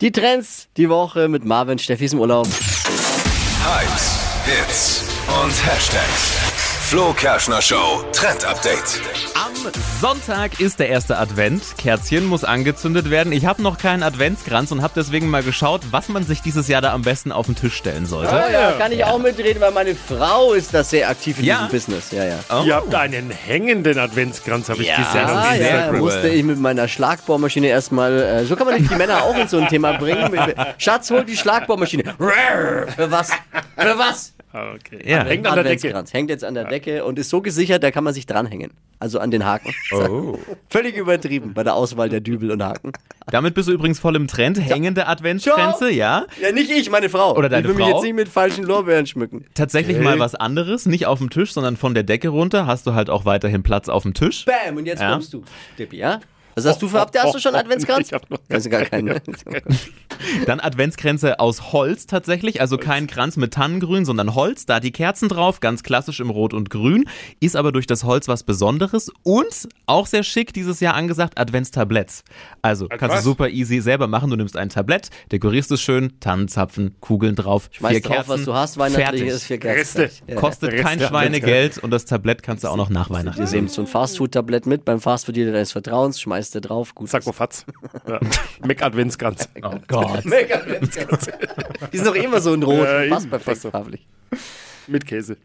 Die Trends, die Woche mit Marvin Steffis im Urlaub. Hypes, Hits und Hashtags. Flo Kerschner Show Trend Update. Am Sonntag ist der erste Advent. Kerzchen muss angezündet werden. Ich habe noch keinen Adventskranz und habe deswegen mal geschaut, was man sich dieses Jahr da am besten auf den Tisch stellen sollte. Ah, ja, kann ich auch mitreden, weil meine Frau ist das sehr aktiv in Ja? diesem Business. Ja, ja. Ihr habt einen hängenden Adventskranz, habe ich Ja. gesehen. auf Ah, Oh. ja, Instagram. musste ich mit meiner Schlagbohrmaschine erstmal. Äh, so kann man nicht die Männer auch in so ein Thema bringen. Mit- Schatz, hol die Schlagbohrmaschine. Rar, Für was? Für was? Ah, okay. Ja. Hängt an der Decke. Adventskranz. Hängt jetzt an der Decke und ist so gesichert, da kann man sich dranhängen. Also an den Haken. Oh. Völlig übertrieben bei der Auswahl der Dübel und Haken. Damit bist du übrigens voll im Trend. Hängende Adventskränze, ja. Ja, nicht ich, meine Frau. Oder deine ich will mich Frau? jetzt nicht mit falschen Lorbeeren schmücken. Tatsächlich mal was anderes. Nicht auf dem Tisch, sondern von der Decke runter. Hast du halt auch weiterhin Platz auf dem Tisch. Bam, und jetzt Ja. kommst du, Dippi, ja? Was hast du für Habt Hast du schon oh, Adventskranz? ich hab noch also gar keinen. Dann Adventskränze aus Holz tatsächlich, also kein Kranz mit Tannengrün, sondern Holz. Da die Kerzen drauf, ganz klassisch im Rot und Grün, ist aber durch das Holz was Besonderes und auch sehr schick dieses Jahr angesagt, Adventstabletts. Also kannst du krass. super easy selber machen. Du nimmst ein Tablett, dekorierst es schön, Tannenzapfen, Kugeln drauf, Schmeiß vier drauf, Kerzen. was du hast, weihnachtlich fertig. ist vier Kerzen. Reste. Ja. Kostet Rest kein der Schweinegeld und das Tablett kannst du auch noch nach Wir Weihnachten sehen so ein Fastfood-Tablett mit beim Fastfood-Dealer deines Vertrauens, schmeißt der drauf, gut. Zack, auf Fatz. Ja. Meck Adventskranz. Oh Gott. Mega Die sind doch immer so in Rot. Ja, eben. Passt perfekt, Passt doch. farblich. Mit Käse.